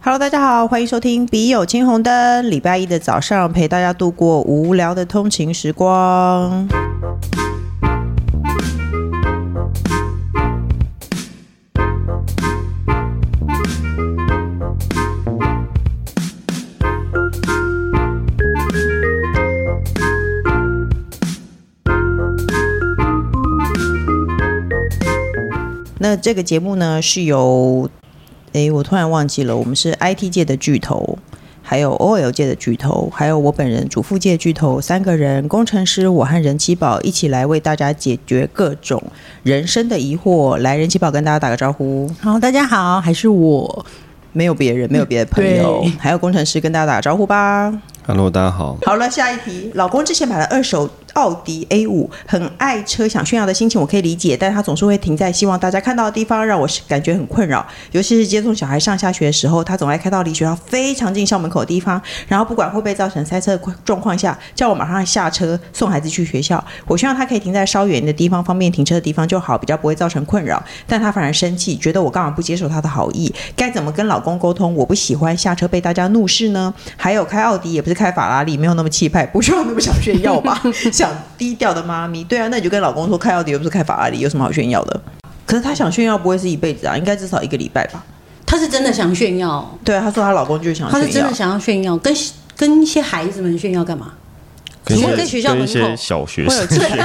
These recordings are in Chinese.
Hello，大家好，欢迎收听《笔友青红灯》，礼拜一的早上陪大家度过无聊的通勤时光。那这个节目呢，是由诶，我突然忘记了，我们是 IT 界的巨头，还有 OL 界的巨头，还有我本人主妇界的巨头，三个人，工程师我和人气宝一起来为大家解决各种人生的疑惑。来，人气宝跟大家打个招呼，好，大家好，还是我。没有别人，没有别的朋友对，还有工程师跟大家打个招呼吧。 Hello，大家好。哦好了，下一题。老公之前买了二手奥迪 A 五，很爱车，想炫耀的心情我可以理解，但他总是会停在希望大家看到的地方，让我是感觉很困扰。尤其是接送小孩上下学的时候，他总爱开到离学校非常近校门口的地方，然后不管会不会造成塞车的状况下，叫我马上下车送孩子去学校。我希望他可以停在稍远的地方，方便停车的地方就好，比较不会造成困扰。但他反而生气，觉得我干嘛不接受他的好意？该怎么跟老公沟通？我不喜欢下车被大家怒视呢？ 还有开奥迪也不是开法拉利，没有那么气派，不需要那么想炫耀吧？想低调的妈咪，对啊，那你就跟老公说开奥迪又不是开法拉利，有什么好炫耀的？可是她想炫耀不会是一辈子啊，应该至少一个礼拜吧？她是真的想炫耀，对啊，她说她老公就是想她是炫真耀的，想要炫耀，跟跟一些孩子们炫耀干嘛？跟你一看些在学校跟一门口些小学生 炫耀，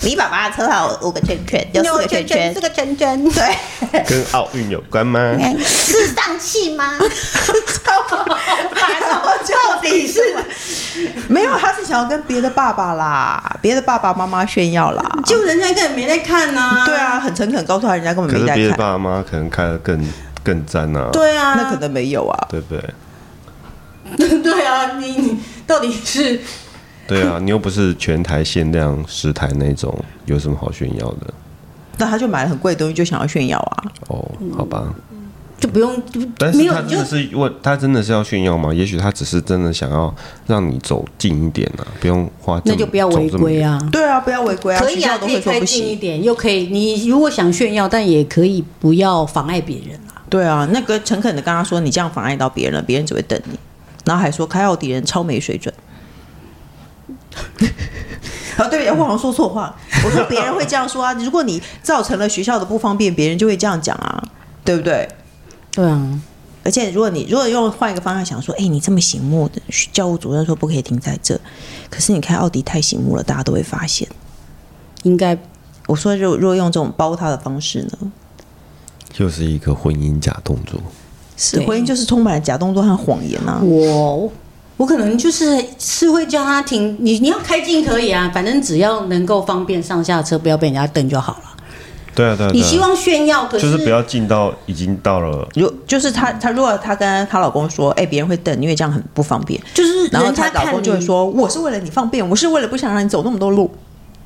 你爸爸的车上有五个圈圈，有四个圈圈，个圈圈，对，跟奥运有 关吗？是胀气吗？ 到底是没有？他是想要跟别的爸爸啦，别的爸爸妈妈炫耀啦，就人家根本没在看呐、 对，啊，很诚恳告诉他，人家根本可没是在别的看，爸妈可能开的更更赞啊，对啊，那可能没有啊。对不对？能 对啊，你你到底是对啊，你又不是全台限量十台那种，有什么好炫耀的？那他就买了很贵的东西，就想要炫耀啊。哦，好吧，就不用，就但嗯没是有他你真就的是问，他真的是要炫耀吗？也许他只是真的想要让你走近一点啊，不用花这那么就不要违规！啊。对啊，不要违规啊，可以学校啊，都可会以说开不近一行。点，又可以。你如果想炫耀，但也可以不要妨碍别人啊。对啊，那个诚恳的跟他说，你这样妨碍到别人了，别人只会瞪你。然后还说开奥迪人超没水准。 啊，对不起，我好像说错话。我说别人会这样说啊，如果你造成了学校的不方便，别人就会这样讲啊，对不对？对啊，而且如果你如果用换一个方向想说，哎、你这么醒目的教务主任说不可以停在这，可是你开奥迪太醒目了，大家都会发现。应该我说，如果如果用这种包他的方式呢？又是一个婚姻假动作，是对婚姻就是充满了假动作和谎言啊。我我可能就是是会叫他停，你你要开进可以啊，反正只要能够方便上下车，不要被人家瞪就好了。对啊，对啊，你对啊希望炫耀，可就是不要进到已经到了如就是她，她如果她跟她老公说，哎、别人会瞪，因为这样很不方便。就是然后人她家老看公你就会，说，我是为了你方便，我是为了不想让你走那么多路。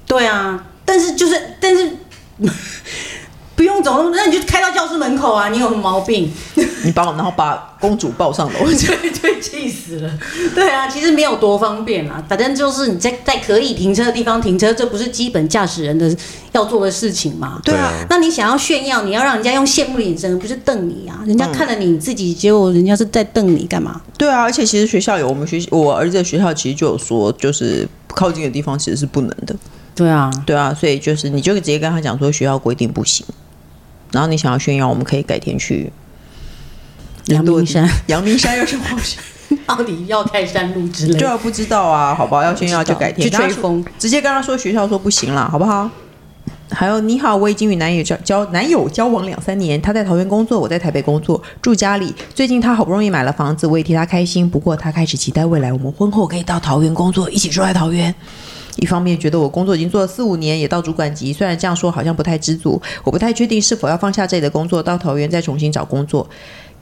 对啊，但是就是但是不用走那么，那你就开到教室门口啊，你有什么毛病？ 你把我，然后把公主抱上楼。对对，气死了。对啊，其实没有多方便啊，反正就是你在在可以停车的地方停车，这不是基本驾驶人的要做的事情嘛？对啊对啊那你想要炫耀，你要让人家用羡慕的眼神，不是瞪你啊？人家看了你自己，结果人家是在瞪你干嘛？对啊，而且其实学校有我们学我儿子的学校其实就有说，就是靠近的地方其实是不能的。对啊，对啊，所以就是你就直接跟他讲说学校规定不行，然后你想要炫耀，我们可以改天去阳明 山、 阳明山有什么好炫？奥迪要开山路之类对的。啊，不知道啊，好不好？要炫耀就改天去吹风，直接跟他说学校说不行啦，好不好？还有你好，我已经与男友交交男友交往两三年，他在桃园工作，我在台北工作，住家里。最近他好不容易买了房子，我也替他开心。不过他开始期待未来我们婚后可以到桃园工作，一起住在桃园。一方面觉得我工作已经做了四五年，也到主管级，虽然这样说好像不太知足，我不太确定是否要放下这里的工作，到桃园再重新找工作，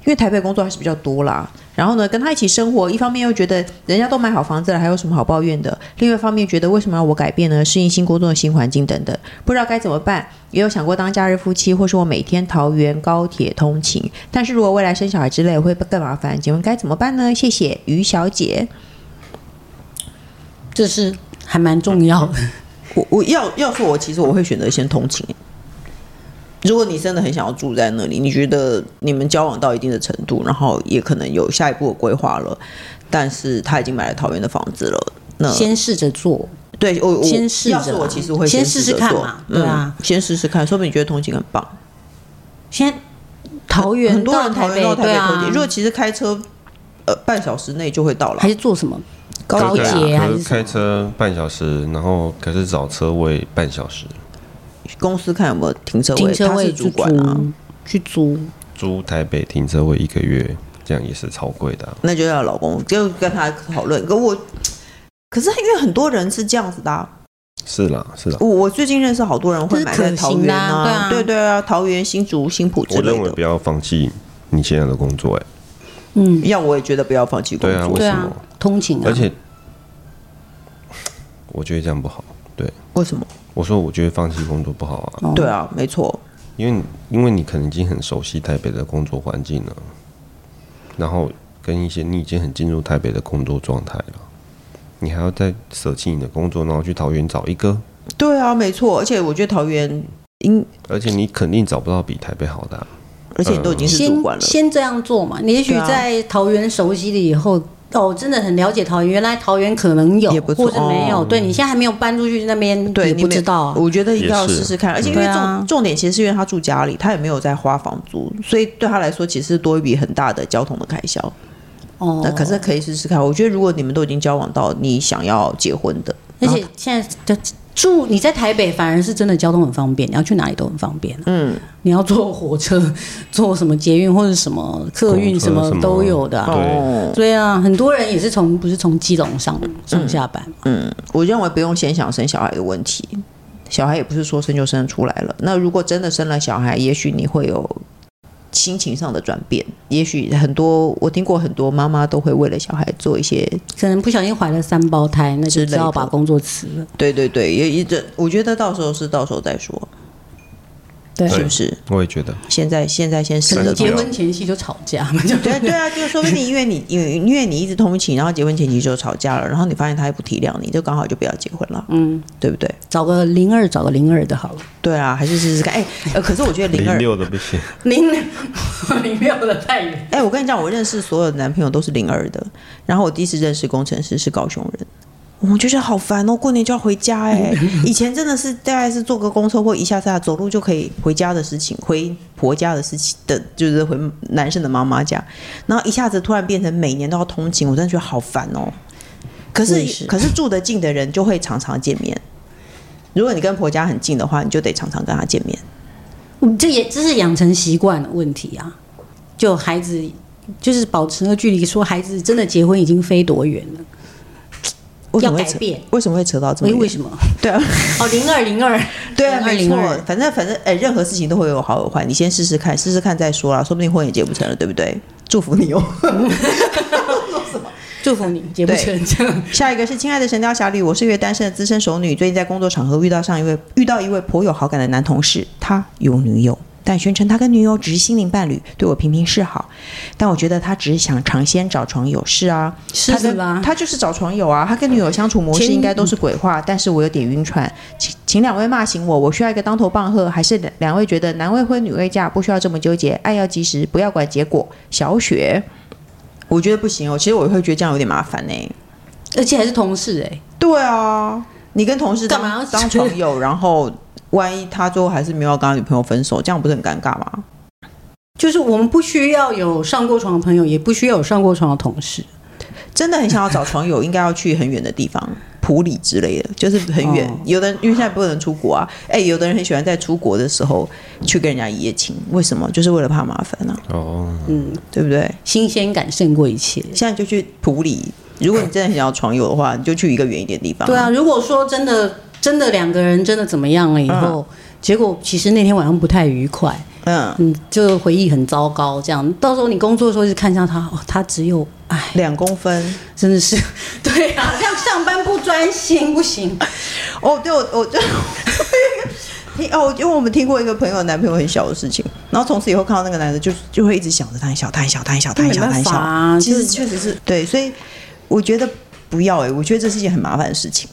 因为台北工作还是比较多啦。然后呢，跟他一起生活，一方面又觉得人家都买好房子了，还有什么好抱怨的？另外一方面觉得为什么要我改变呢？适应新工作的新环境等等，不知道该怎么办。也有想过当假日夫妻，或是我每天桃园高铁通勤。但是如果未来生小孩之类，会更麻烦。请问该怎么办呢？谢谢于小姐。这是嗯还蛮重要的。我我要要说我，其实我会选择先通勤，如果你真的很想要住在那里，你觉得你们交往到一定的程度，然后也可能有下一步的规划了，但是他已经买了桃园的房子了，那先试着做，对我我先试着要吧是我其实会先试试试着看做嘛对啊嗯，先试试看，说不定你觉得同情很 棒。先桃园很多人台桃园到台对北啊头顶，如果其实开车呃半小时内就会到了还，是做什么高高铁啊捷还可是是什开么？车半小时，然后可是找车位半小时，公司看有没有停车位，停车他位是主管啊，去租，租台北停车位一个月，这样也是超贵的啊、那就要老公就跟他讨论。可我，可是因为很多人是这样子的、啊，是啦，是啦，我我最近认识好多人会买在桃园啊，这是可行的啊对啊对对啊，桃园、新竹、新浦之我认类为的不。要放弃你现在的工作、欸，哎，嗯，要我也觉得不要放弃工对啊，作，为对什啊么？，通勤啊，而且我觉得这样不好。对，为什么？我说我觉得放弃工作不好啊，哦对啊，没错，因为你因为你可能已经很熟悉台北的工作环境了，然后跟一些你已经很进入台北的工作状态了，你还要再舍弃你的工作，然后去桃园找一个，对啊，没错。而且我觉得桃园，因而且你肯定找不到比台北好的啊、而且你都已经是先主管了，呃先这样做嘛，你也许对啊在桃园熟悉了以后。哦，真的很了解桃园。原来桃园可能有，也不错哦或者没有。对你现在还没有搬出去那边，对，也你不没知道啊。我觉得一定要也是试试看，而且因为对重、啊重点其实是因为他住家里，他也没有在花房租，所以对他来说其实是多一笔很大的交通的开销。哦那、可是可以试试看。我觉得如果你们都已经交往到你想要结婚的，而然后且现在的住你在台北，反而是真的交通很方便，你要去哪里都很方便、嗯，你要坐火车、 坐什么捷运或者什么客运，公嗯车什么什么都有的、啊。对哦，对啊，很多人也是从不是从基隆上上下班嘛，我认为不用先想生小孩的问题，小孩也不是说生就生得出来了。那如果真的生了小孩，也许你会有心情上的转变，也许很多我听过很多妈妈都会为了小孩做一些可能不小心怀了三胞胎，那就之类只的要把工作辞了。对对对，也一直我觉得到时候是到时候再说，对是不是？我也觉得现在现在先试可着能做结。婚前夕就吵架嘛，就对对啊，就是说不定因为你 因为因为你一直通勤，然后结婚前期就吵架了，然后你发现他也不体谅你，就刚好就不要结婚了，嗯，对不对？ 找个零二，找个零二的好了，对啊，还是试试看。哎、呃，可是我觉得零零二，六的不行，零 零六的太远，哎、我跟你讲，我认识所有的男朋友都是零二的，然后我第一次认识工程师是高雄人。我就觉得好烦哦，过年就要回家哎、以前真的是大概是坐个公车或一下下走路就可以回家的事情，回婆家的事情的，就是回男生的妈妈家，然后一下子突然变成每年都要通勤，我真的觉得好烦哦。可我是也是可是住得近的人就会常常见面，如果你跟婆家很近的话，你就得常常跟他见面。嗯这也这是养成习惯的问题啊。就孩子就是保持那个距离，说孩子真的结婚已经飞多远了，为什么会要改扯变？为什么会扯到这么哎，远？为什么？对啊。哦，零二零二，对啊，没零错二零，二，反正反正，哎、任何事情都会有好有坏，你先试试看，试试看再说啦，说不定婚也结不成了，对不对？祝福 你哦。祝福你结不成这样。下一个是亲爱的神雕侠侣，我是一位单身的资深熟女，最近在工作场合遇到上一位遇到一位颇有好感的男同事，他有女友，但宣称他跟女友只是心灵伴侣，对我频频示好，但我觉得他只是想尝鲜找床友，是啊，是他跟啦他就是找床友啊，他跟女友相处模式前应该都是鬼嗯话，但是我有点晕船，请请两位骂醒我，我需要一个当头棒喝，还是两两位觉得男未婚女未嫁，不需要这么纠结，爱要及时，不要管结果。小雪，我觉得不行哦，其实我会觉得这样有点麻烦欸呢、而且还是同事哎、对啊，你跟同事当干嘛要 当床友，然后万一他最后还是没有要跟他女朋友分手，这样不是很尴尬吗？就是我们不需要有上过床的朋友，也不需要有上过床的同事。真的很想要找床友，应该要去很远的地方，普里之类的，就是很远。哦有的人因为现在不能出国啊，哎、有的人很喜欢在出国的时候去跟人家一夜情，为什么？就是为了怕麻烦啊，哦，对不对？新鲜感胜过一切。现在就去普里。如果你真的很想要床友的话，你就去一个远一点的地方。对啊，，如果说真的真的两个人真的怎么样了以后，结果其实那天晚上不太愉快，嗯，嗯，就回忆很糟糕，这样到时候你工作的时候一直看向他，哦，他只有唉，两公分。真的是， 对啊，这样上班不专心不行。哦，对，我我就 听哦，因为我们听过一个朋友男朋友很小的事情，然后从此以后看到那个男的就就会一直想着他很小，他很小，他很小，他很小，他没办很法啊小。其实就是确实是对，所以我觉得不要哎、我觉得这是一件很麻烦的事情，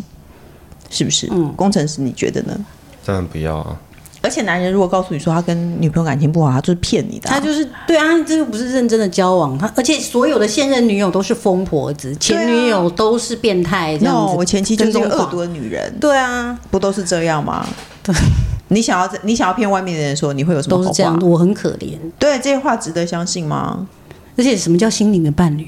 是不是？嗯，工程师你觉得呢？当然不要啊，而且男人如果告诉你说他跟女朋友感情不好，他就是骗你的啊、他就是对啊，这个不是认真的交往，他而且所有的现任女友都是疯婆子，前女友都是变态这样 no，子。我前妻就是一个跟踪恶狂毒的女人，对啊，不都是这样吗？你想要你想要骗外面的人说你会有什么好都是话？这样，我很可怜。对这些话值得相信吗？而且什么叫心灵的伴侣？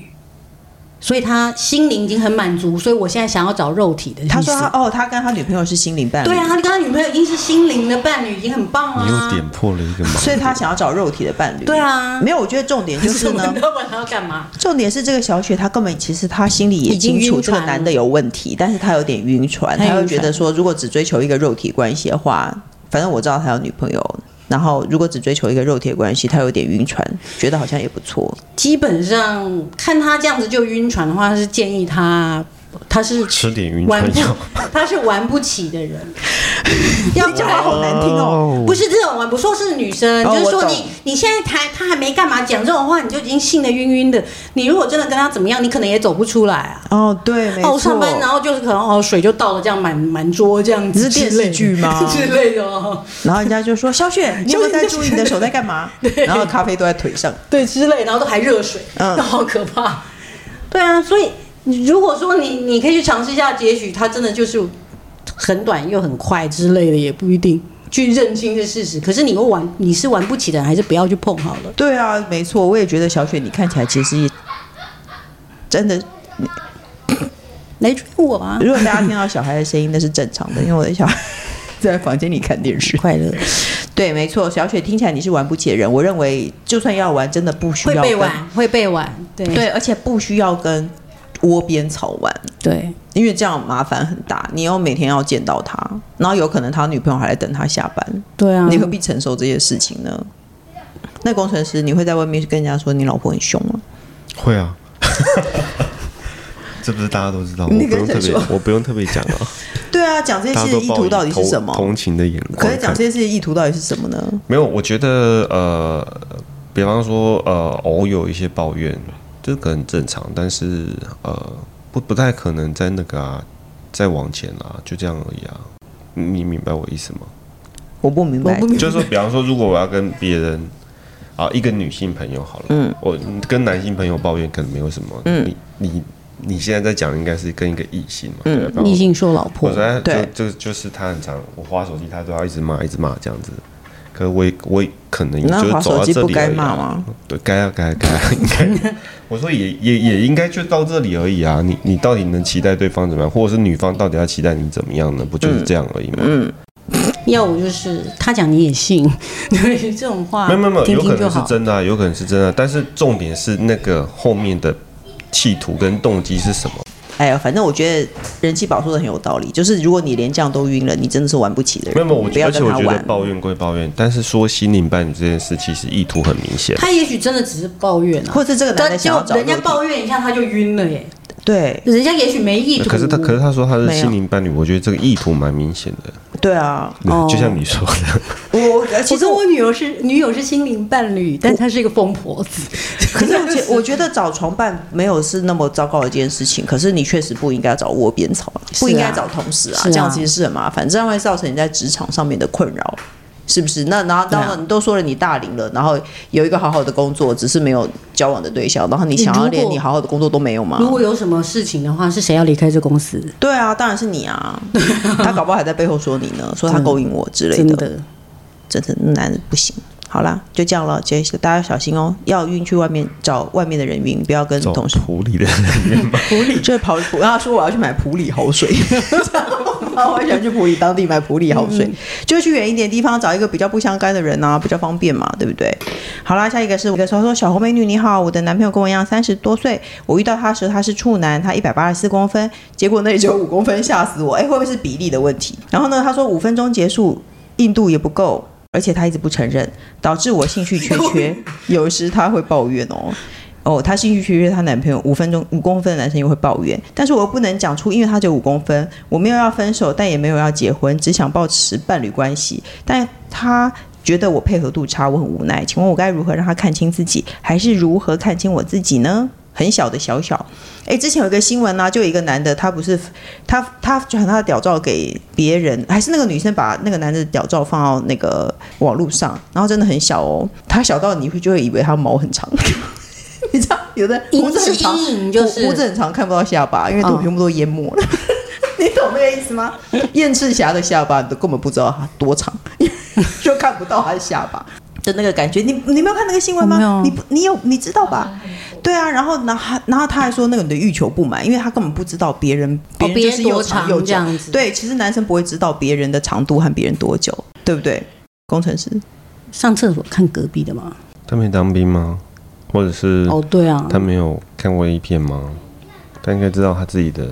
所以他心灵已经很满足，所以我现在想要找肉体的意思。他说他哦，他跟他女朋友是心灵伴侣，对啊，，他跟他女朋友已经是心灵的伴侣，已经很棒了、啊你又点破了一个盲点，所以他想要找肉体的伴侣。对啊没有，我觉得重 点就是呢，要不然他要干嘛？重点是这个小雪她根本其实她心里也已经清楚晕这个船男的有问题，但是她有点晕船，她她晕又船觉得说如果只追求一个肉体关系的话，反正我知道他有女朋友。然后，如果只追求一个肉体关系，她有点晕船，觉得好像也不错。基本上看他这样子就晕船的话，是建议他他是吃点晕玩船不药，他是玩不起的 人，要这话好难听哦不是这种玩不说是女生，哦就是我说懂你你现在谈他还没干嘛讲这种话，你就已经信得晕晕的。你如果真的跟他怎么样，你可能也走不出来啊。哦，对，没哦，上班然后就是可能哦水就倒了，这样满满桌这样子你是之电类的，视剧吗 之类的哦，然后人家就说：“小雪，你有没有小雪在注意你的手在干 嘛？”然后咖啡都在腿上。对之类，然后都还热水，嗯 那好可怕。对啊，所以如果说你你可以去尝试一下，也许它真的就是很短又很快之类的，也不一定去认清这事实。可是你又玩你是玩不起的人，还是不要去碰好了。对啊，没错，我也觉得小雪你看起来其实也真的，来追我啊！如果大家听到小孩的声音，那是正常的，因为我的小孩在房间里看电视。快乐对，没错，小雪听起来你是玩不起的人。我认为，就算要玩，真的不需会要被跟玩，会被玩，对对，而且不需要跟窝边草玩，对因为这样麻烦很大。你又每天要见到他，然后有可能他女朋友还在等他下班，对啊你！何必承受这些事情呢？那工程师，你会在外面跟人家说你老婆很凶吗？会 啊，这不是大家都知道，我你不用跟特谁别，我不用特别讲啊，对啊，讲 这些大事家的都意抱图以到底是同什么？同情的眼光可看，是讲这些事的意图到底是什么呢？没有，我觉得呃，比方说呃，偶有一些抱怨，这个很正常，但是呃，不不太可能在那个啊，再往前啊，就这样而已啊。你你明白我意思吗？我不明白我不。 明就是说，比方说，如果我要跟别人啊，一个女性朋友好了，嗯，我跟男性朋友抱怨可能没有什么，嗯，你你你现在在讲的应该是跟一个异性嘛，嗯，比方异性说老婆我说，他对就就就是他很常我划手机，他都要一直骂，一直骂这样子。可我也我也可能也那就是划走手到机这不里该而已、骂啊。吗？对，该啊，该啊，该啊， 应该。我说也也也应该就到这里而已啊。你你到底能期待对方怎么样，或者是女方到底要期待你怎么样呢？不就是嗯这样而已吗？ 要我就是他讲你也信， 对这种话啊没有没有没有，听有可听就能是好。真的、啊，有可能是真的、但是重点是那个后面的企图跟动机是什么？哎呀，反正我觉得人气宝说的很有道理，就是如果你连这样都晕了，你真的是玩不起的人。没有没有，我不觉得要而且跟我他觉得玩。抱怨归抱怨，但是说心灵伴侣这件事，其实意图很明显。他也许真的只是抱怨啊，或者这个男的但结想要果找人家肉体抱怨一下他就晕了耶，对人家也许没意图。可是他，可是他说他是没有心灵伴侣，我觉得这个意图蛮明显的，对啊，对哦就像你说的，我我其其实实我我女友是女友是心灵伴侣，但她是一个疯婆 子。可是我觉 我觉得找床伴没有是那么糟糕的一件事情，可是你确实不应该找窝边草啊，是啊不应该找同事啊，是啊这样其实是很麻烦，这样会造成你在职场上面的困扰。是不是？那然后当对然啊你都说了你大龄了，然后有一个好好的工作，只是没有交往的对象，然后你想要如果连你好好的工作都没有吗？如果有什么事情的话，是谁要离开这公司？对啊，当然是你 啊！他搞不好还在背后说你呢，说他勾引我之类真的。的，真的，那男的不行。好啦，就这样了，这大家小心哦，要晕去外面找外面的人晕，不要跟走同事。土里的 人员吧。普里就是跑普，然后他说我要去买普里好水， 然后我想去普里当地买普里好水，就去远一点地方找一个比较不相干的人啊，比较方便嘛，对不对？好啦，下一个是我的说说小红美女你好，我的男朋友跟我一样三十多岁，我遇到他时他是处男，他一百八十四公分，结果那里只有五公分，吓死我！哎，会不会是比例的问题？然后呢，他说五分钟结束，硬度也不够。而且他一直不承认，导致我兴趣缺 缺。有时他会抱怨哦，哦，她兴趣缺缺她男朋友五分钟五公分的男生又会抱怨，但是我又不能讲出，因为他只有五公分，我没有要分手，但也没有要结婚，只想保持伴侣关系。但他觉得我配合度差，我很无奈。请问我该如何让他看清自己，还是如何看清我自己呢？很小的小小。哎，之前有一个新闻呢、就有一个男的，他不是他他传他的屌照给别人，还是那个女生把那个男的屌照放到那个网络上，然后真的很小哦，他小到你会就会以为他毛很长， 你知道有的胡影子子很长，阴影就是胡胡子很长看不到下巴，因为都嗯全部都淹没了。 你懂那个意思吗？燕赤霞的下巴，你都根本不知道它多长， 就看不到她的下巴的那个感觉。你你没有看那个新闻我没有吗？你不你有你知道吧？对啊，然后然后然后他还说那个女的欲求不满，因为他根本不知道别人别人哦别就人是多又长又长这久。样子，，对，其实男生不会知道别人的长度和别人多久，对不对？工程师，上厕所看隔壁的嘛。他没当兵吗？或者是哦，对啊，嗯他没有看过 A 片吗？他应该知道他自己的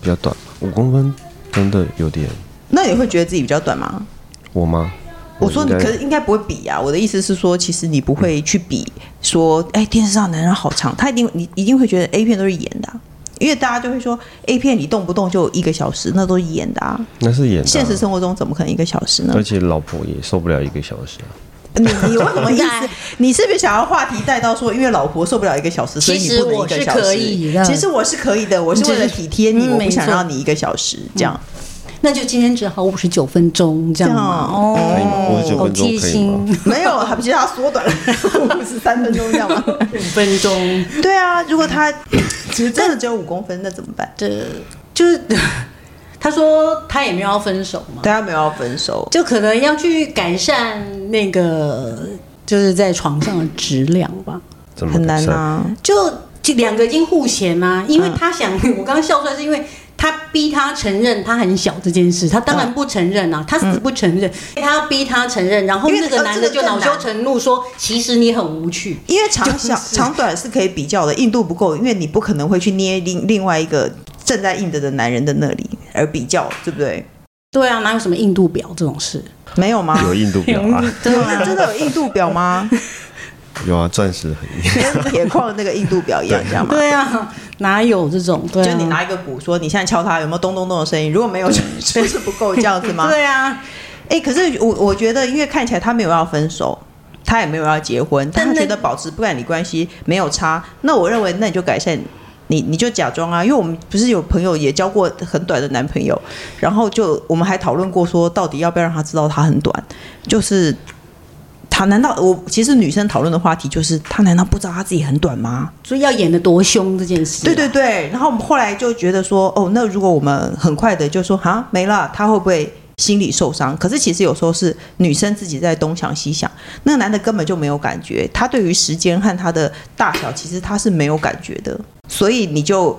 比较短，五公分真的有点那你会觉得自己比较短吗？我吗？我说应你该可是应该不会比啊，我的意思是说，其实你不会去比说，哎、电视上男人好长，他一定你一定会觉得 A 片都是演的啊、因为大家就会说 A 片你动不动就一个小时，那都是演的啊，那是演的啊、现实生活中怎么可能一个小时呢而？且老婆也受不了一个小时啊。你 你为什么意对思？你是不是想要话题带到说，因为老婆受不了一个小时，所以其你实不能我一个是小可时？以的其实我是可以的，我是为了就是体贴你，嗯我没不想错嗯让你一个小时这 样。那就今天只好五十九分钟这样嘛。这样可以吗？哦，五十九好分钟贴可以吗？心，没有，还不是他缩短了五十三分钟这样 吗？五分钟对啊，如果他 其实真的只有五公分，那怎么办？的，就是他说他也没有要分手嘛，对啊他没有要分手，就可能要去改善那个就是在床上的质量吧。怎么很难改善？啊。就就两个已经互嫌啦、因为嗯他想， 我刚刚笑出来是因为他逼他承认他很小这件事，他当然不承认啊，他死不承认，他要逼他承认，然后因为那个呃嗯男这的个就更恼羞难成怒说，其实你很无趣，因为长小、长短是可以比较的，硬度不够，因为你不可能会去捏另另外一个正在硬着的男人的那里而比较，对不对？对啊，哪有什么印度表这种事？没有吗？有印度表啊，有那真的有硬度表吗？有啊，钻石很硬。跟铁矿的那个硬度表一样，这样吗？对啊，哪有这种？对啊，就你拿一个鼓说，你现在敲它有没有咚咚咚的声音？如果没有，就就是不够这样子吗？对啊， 哎、可是我我觉得，因为看起来他没有要分手，他也没有要结婚，但但他觉那得保持不管你关系没有差，那我认为那你就改善。你你就假装啊，因为我们不是有朋友也交过很短的男朋友，然后就我们还讨论过说，到底要不要让他知道他很短？就是他难道我其实女生讨论的话题就是他难道不知道他自己很短吗？所以要演的多凶这件事、对对，对，然后我们后来就觉得说，哦，那如果我们很快的就说啊没了，他会不会心理受伤？可是其实有时候是女生自己在东想西想，那个男的根本就没有感觉，他对于时间和他的大小其实他是没有感觉的，所以你就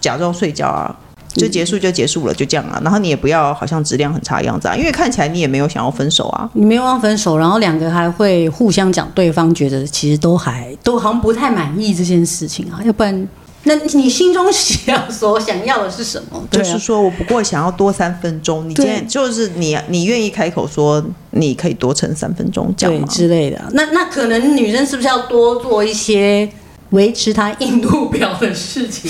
假装睡觉啊。就结束就结束了，就这样啊。然后你也不要好像质量很差的样子啊，因为看起来你也没有想要分手啊。你没有要分手，然后两个还会互相讲对方觉得其实都还都好像不太满意这件事情啊，要不然，那你心中想要所想要的是什么？对就啊是说我不过想要多三分钟，你今对天就是你你愿意开口说你可以多撑三分钟，这样对吗？之类的啊、那那可能女生是不是要多做一些维持她硬度表的事情？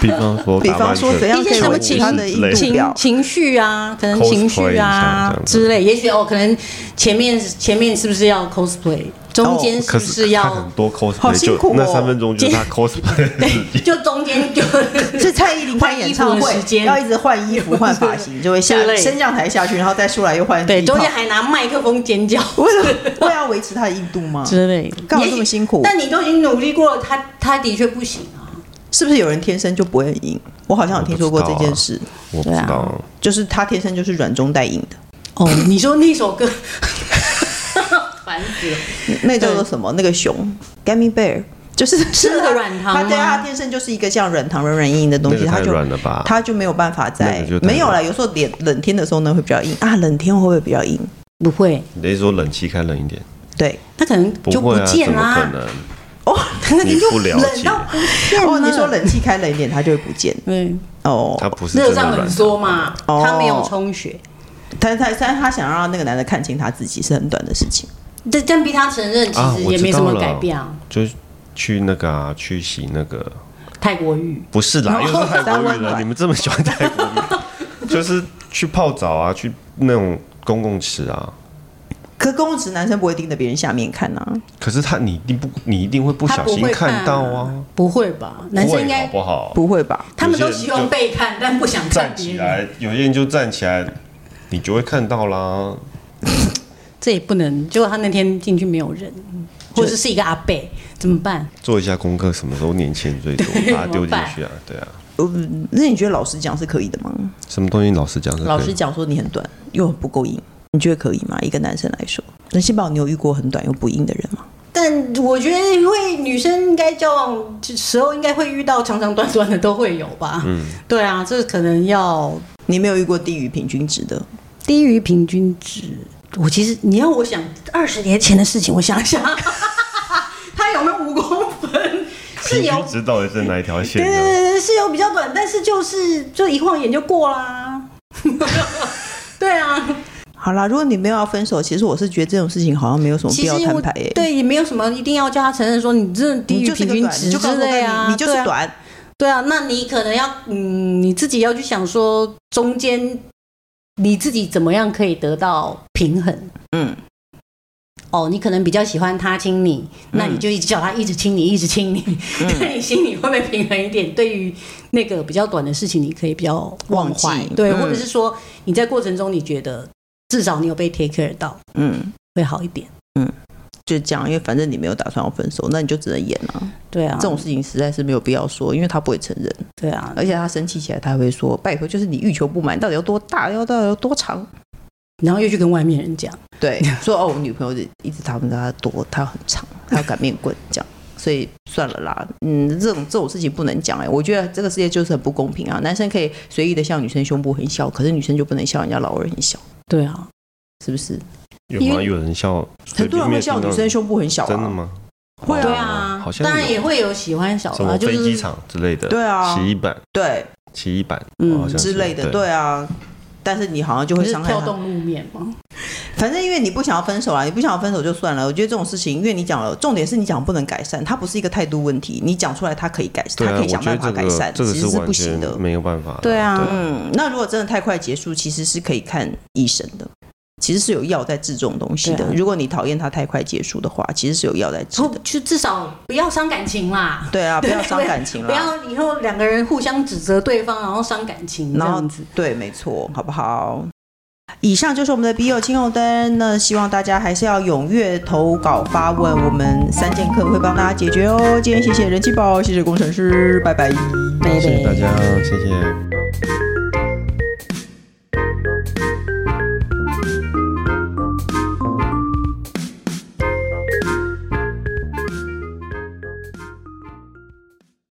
比方说，比方说怎样 一可些以什么维持情他的之硬类的度情表？情绪啊，可能 Cosplay 情绪一下啊这样子之类，也许哦，可能前面前面是不是要 cosplay，中间是哦可不是是要、他很多 cosplay，好辛苦哦就那三分钟就是他 cosplay 的时间。就中间就 是蔡依林开演唱换衣服会的时间要一直换衣服、换发型，就会下 之类的升降台下去，然后再出来又换对，一套中间还拿麦克风尖叫为了 为了要维持他的硬度吗？ 之类的，干嘛也许这么辛苦但你都已经努力过了，他他的确不行啊。是不是有人天生就不会很硬？我好像有听说过这件事，我不知道啊，就是他天生就是软中带硬的。哦，你说那首歌， 烦死了。那叫做什么？那个熊 gummy bear，就是是那个软糖它对啊，吗它天生就是一个像软糖软软硬硬的东那西，个它太就软了吧？它就没有办法那在个就太没有软了。有时候冷冷天的时候呢会比较硬啊，冷天会不会比较硬？不会，你的意思说冷气开冷一点？对他可能不就会啊，见怎啦、么可能？哦，那你你就不了冷解到不见了。哦，你说冷气开冷一点，它就会不见对，哦。它不是真热的胀软冷的。缩嘛，哦他没有充血，但他但他想让那个男的看清他自己是很短的事情。但但逼他承认，其啊实我也知没什道么了改变啊。就是去那个啊，去洗那个泰国浴，不是啦，又是泰三国温浴了。暖你们这么喜欢泰国浴，就是去泡澡啊，去那种公共池啊，可公职男生不会盯着别人下面看呐、啊可是他你一定不，你一定会不他小不心会看到啊，，不会吧？男生应该会好不哦好？不会吧？他们都有些人希望就被看，但不想看站别起人。来，有些人就站起来，你就会看到啦。这也不能，结果他那天进去没有人，或者是一个阿伯，怎么办？做一下功课，什么时候年轻人最多，对把它丢怎么进办去啊，对啊。嗯，那你觉得老师讲是可以的吗？什么东西老师讲是可以老师讲说你很短又很不够硬，你觉得可以吗？一个男生来说，任信宝，你有遇过很短又不硬的人吗？但我觉得，因为女生应该交往时候，应该会遇到长长短短的都会有吧。嗯，对啊，这可能要你没有遇过低于平均值的，低于平均值。我其实你要我想二十年前的事情，我想 想，他有没有五公分？是平有均值到底是哪一条线啊对对呢？对，对是有比较短，但是就是就一晃眼就过 啦。对啊，好啦，如果你没有要分手，其实我是觉得这种事情好像没有什么必其实要摊我牌耶、对也没有什么一定要叫他承认说你真的低你于就是平个均短，值你就告之诉他类啊，你你就是对啊短，对啊，那你可能要嗯，你自己要去想说中间你自己怎么样可以得到平衡。嗯，哦，你可能比较喜欢他亲你，那嗯你就一直叫他一直亲你，一直亲你， 那你心里会不会平衡一点？对于那个比较短的事情，你可以比较忘怀忘记，对，嗯或者是说你在过程中你觉得至少你有被 take care 到，嗯，会好一点。就这样，因为反正你没有打算要分手，那你就只能演啊。对啊，这种事情实在是没有必要说，因为他不会承认，对啊，而且他生气起来他还会说：“拜托，就是你欲求不满，到底有多大，要到底有多长？”然后又去跟外面人讲，对，说哦，我女朋友一直讨论她多，她很长，她有擀面棍这样，所以算了啦。嗯，这种这种事情不能讲哎、我觉得这个世界就是很不公平啊。男生可以随意的向女生胸部很小，可是女生就不能笑人家老二很小，对啊，是不是？有因吗？为有人笑，很多人会笑女生胸部很小、啊，真的？吗？哦会对啊，啊，好像当然有也会有喜欢小什的啊，么就飞机是场之类的，对啊洗衣板、对洗衣板，嗯好像是之类的，，对啊。但是你好像就不会是伤害跳他，动路面嘛，反正因为你不想要分手啊，你不想要分手就算了。我觉得这种事情，因为你讲了，重点是你讲不能改善，它不是一个态度问题，你讲出来他可以改，对他啊，可我以想办觉得法这改善个，这个其实是是不完行的全。没有办法的，对啊嗯，那如果真的太快结束，其实是可以看医生的，其实是有药在治这种东西的。对啊如果你讨厌它太快结束的话，其实是有药在治就 的。就至少不要伤感情啦。对啊，不要伤感嗯情不啦。要以后两个人互相指责对方，然后伤感情这然后样子。对，没错，好不好？以上就是我们的笔友青红灯，那希望大家还是要踊跃投稿发问，我们三剑客会帮大家解决哦。今天谢谢人气宝，谢谢工程师，拜拜。谢谢大家，谢谢。